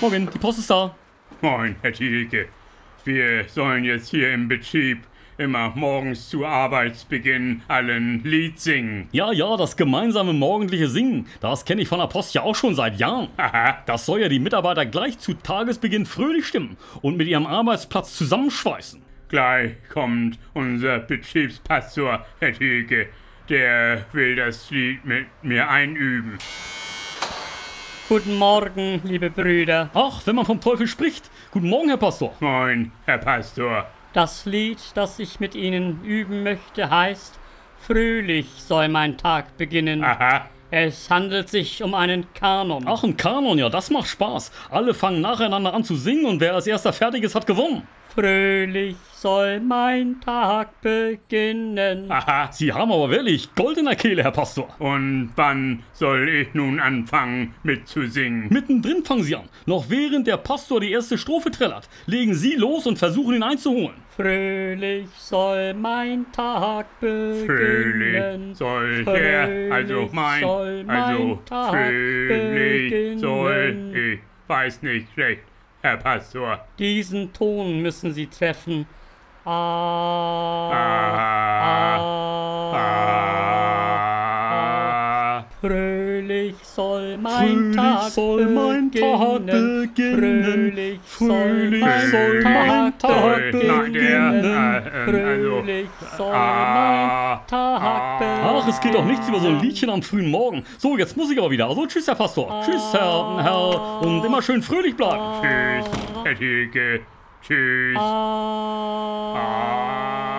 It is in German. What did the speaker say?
Morgen, die Post ist da. Moin, Herr Thielke. Wir sollen jetzt hier im Betrieb immer morgens zu Arbeitsbeginn allen Lied singen. Ja, ja, das gemeinsame morgendliche Singen, das kenne ich von der Post ja auch schon seit Jahren. Haha, Das soll ja die Mitarbeiter gleich zu Tagesbeginn fröhlich stimmen und mit ihrem Arbeitsplatz zusammenschweißen. gleich kommt unser Betriebspastor, Herr Thielke. Der will das Lied mit mir einüben. Guten Morgen, liebe Brüder. Ach, wenn man vom Teufel spricht. Guten Morgen, Herr Pastor. Moin, Herr Pastor. Das Lied, das ich mit Ihnen üben möchte, heißt Fröhlich soll mein Tag beginnen. Aha, Es handelt sich um einen Kanon. Ach, ein Kanon, ja, das macht Spaß. Alle fangen nacheinander an zu singen und wer als erster fertig ist, hat gewonnen. Fröhlich soll mein Tag beginnen. aha. Sie haben aber wirklich Gold in der Kehle, Herr Pastor. Und wann soll ich nun anfangen mitzusingen? Mittendrin fangen Sie an. Noch während der Pastor die erste Strophe trällert, legen Sie los und versuchen ihn einzuholen. Fröhlich soll mein Tag beginnen. Fröhlich soll der, also Fröhlich mein, soll mein also Tag fröhlich beginnen. soll ich, weiß nicht recht, Herr Pastor. Diesen Ton müssen Sie treffen. Ah, Ah, ah, ah, Fröhlich soll mein Fröhlich Tag soll mein Tag beginnen. Fröhlich, Fröhlich soll mein Tag Fröhlich soll mein Tag beginnen. beginnen. Fröhlich soll ah, mein Tag beginnen. Ach, es geht doch nichts über so ein Liedchen am frühen Morgen. So, jetzt muss ich aber wieder. Also tschüss, Herr Pastor. Tschüss, Herr, Herr. Und immer schön fröhlich bleiben. Tschüss, Herr Thielke. Tschüss. Ah. Ah.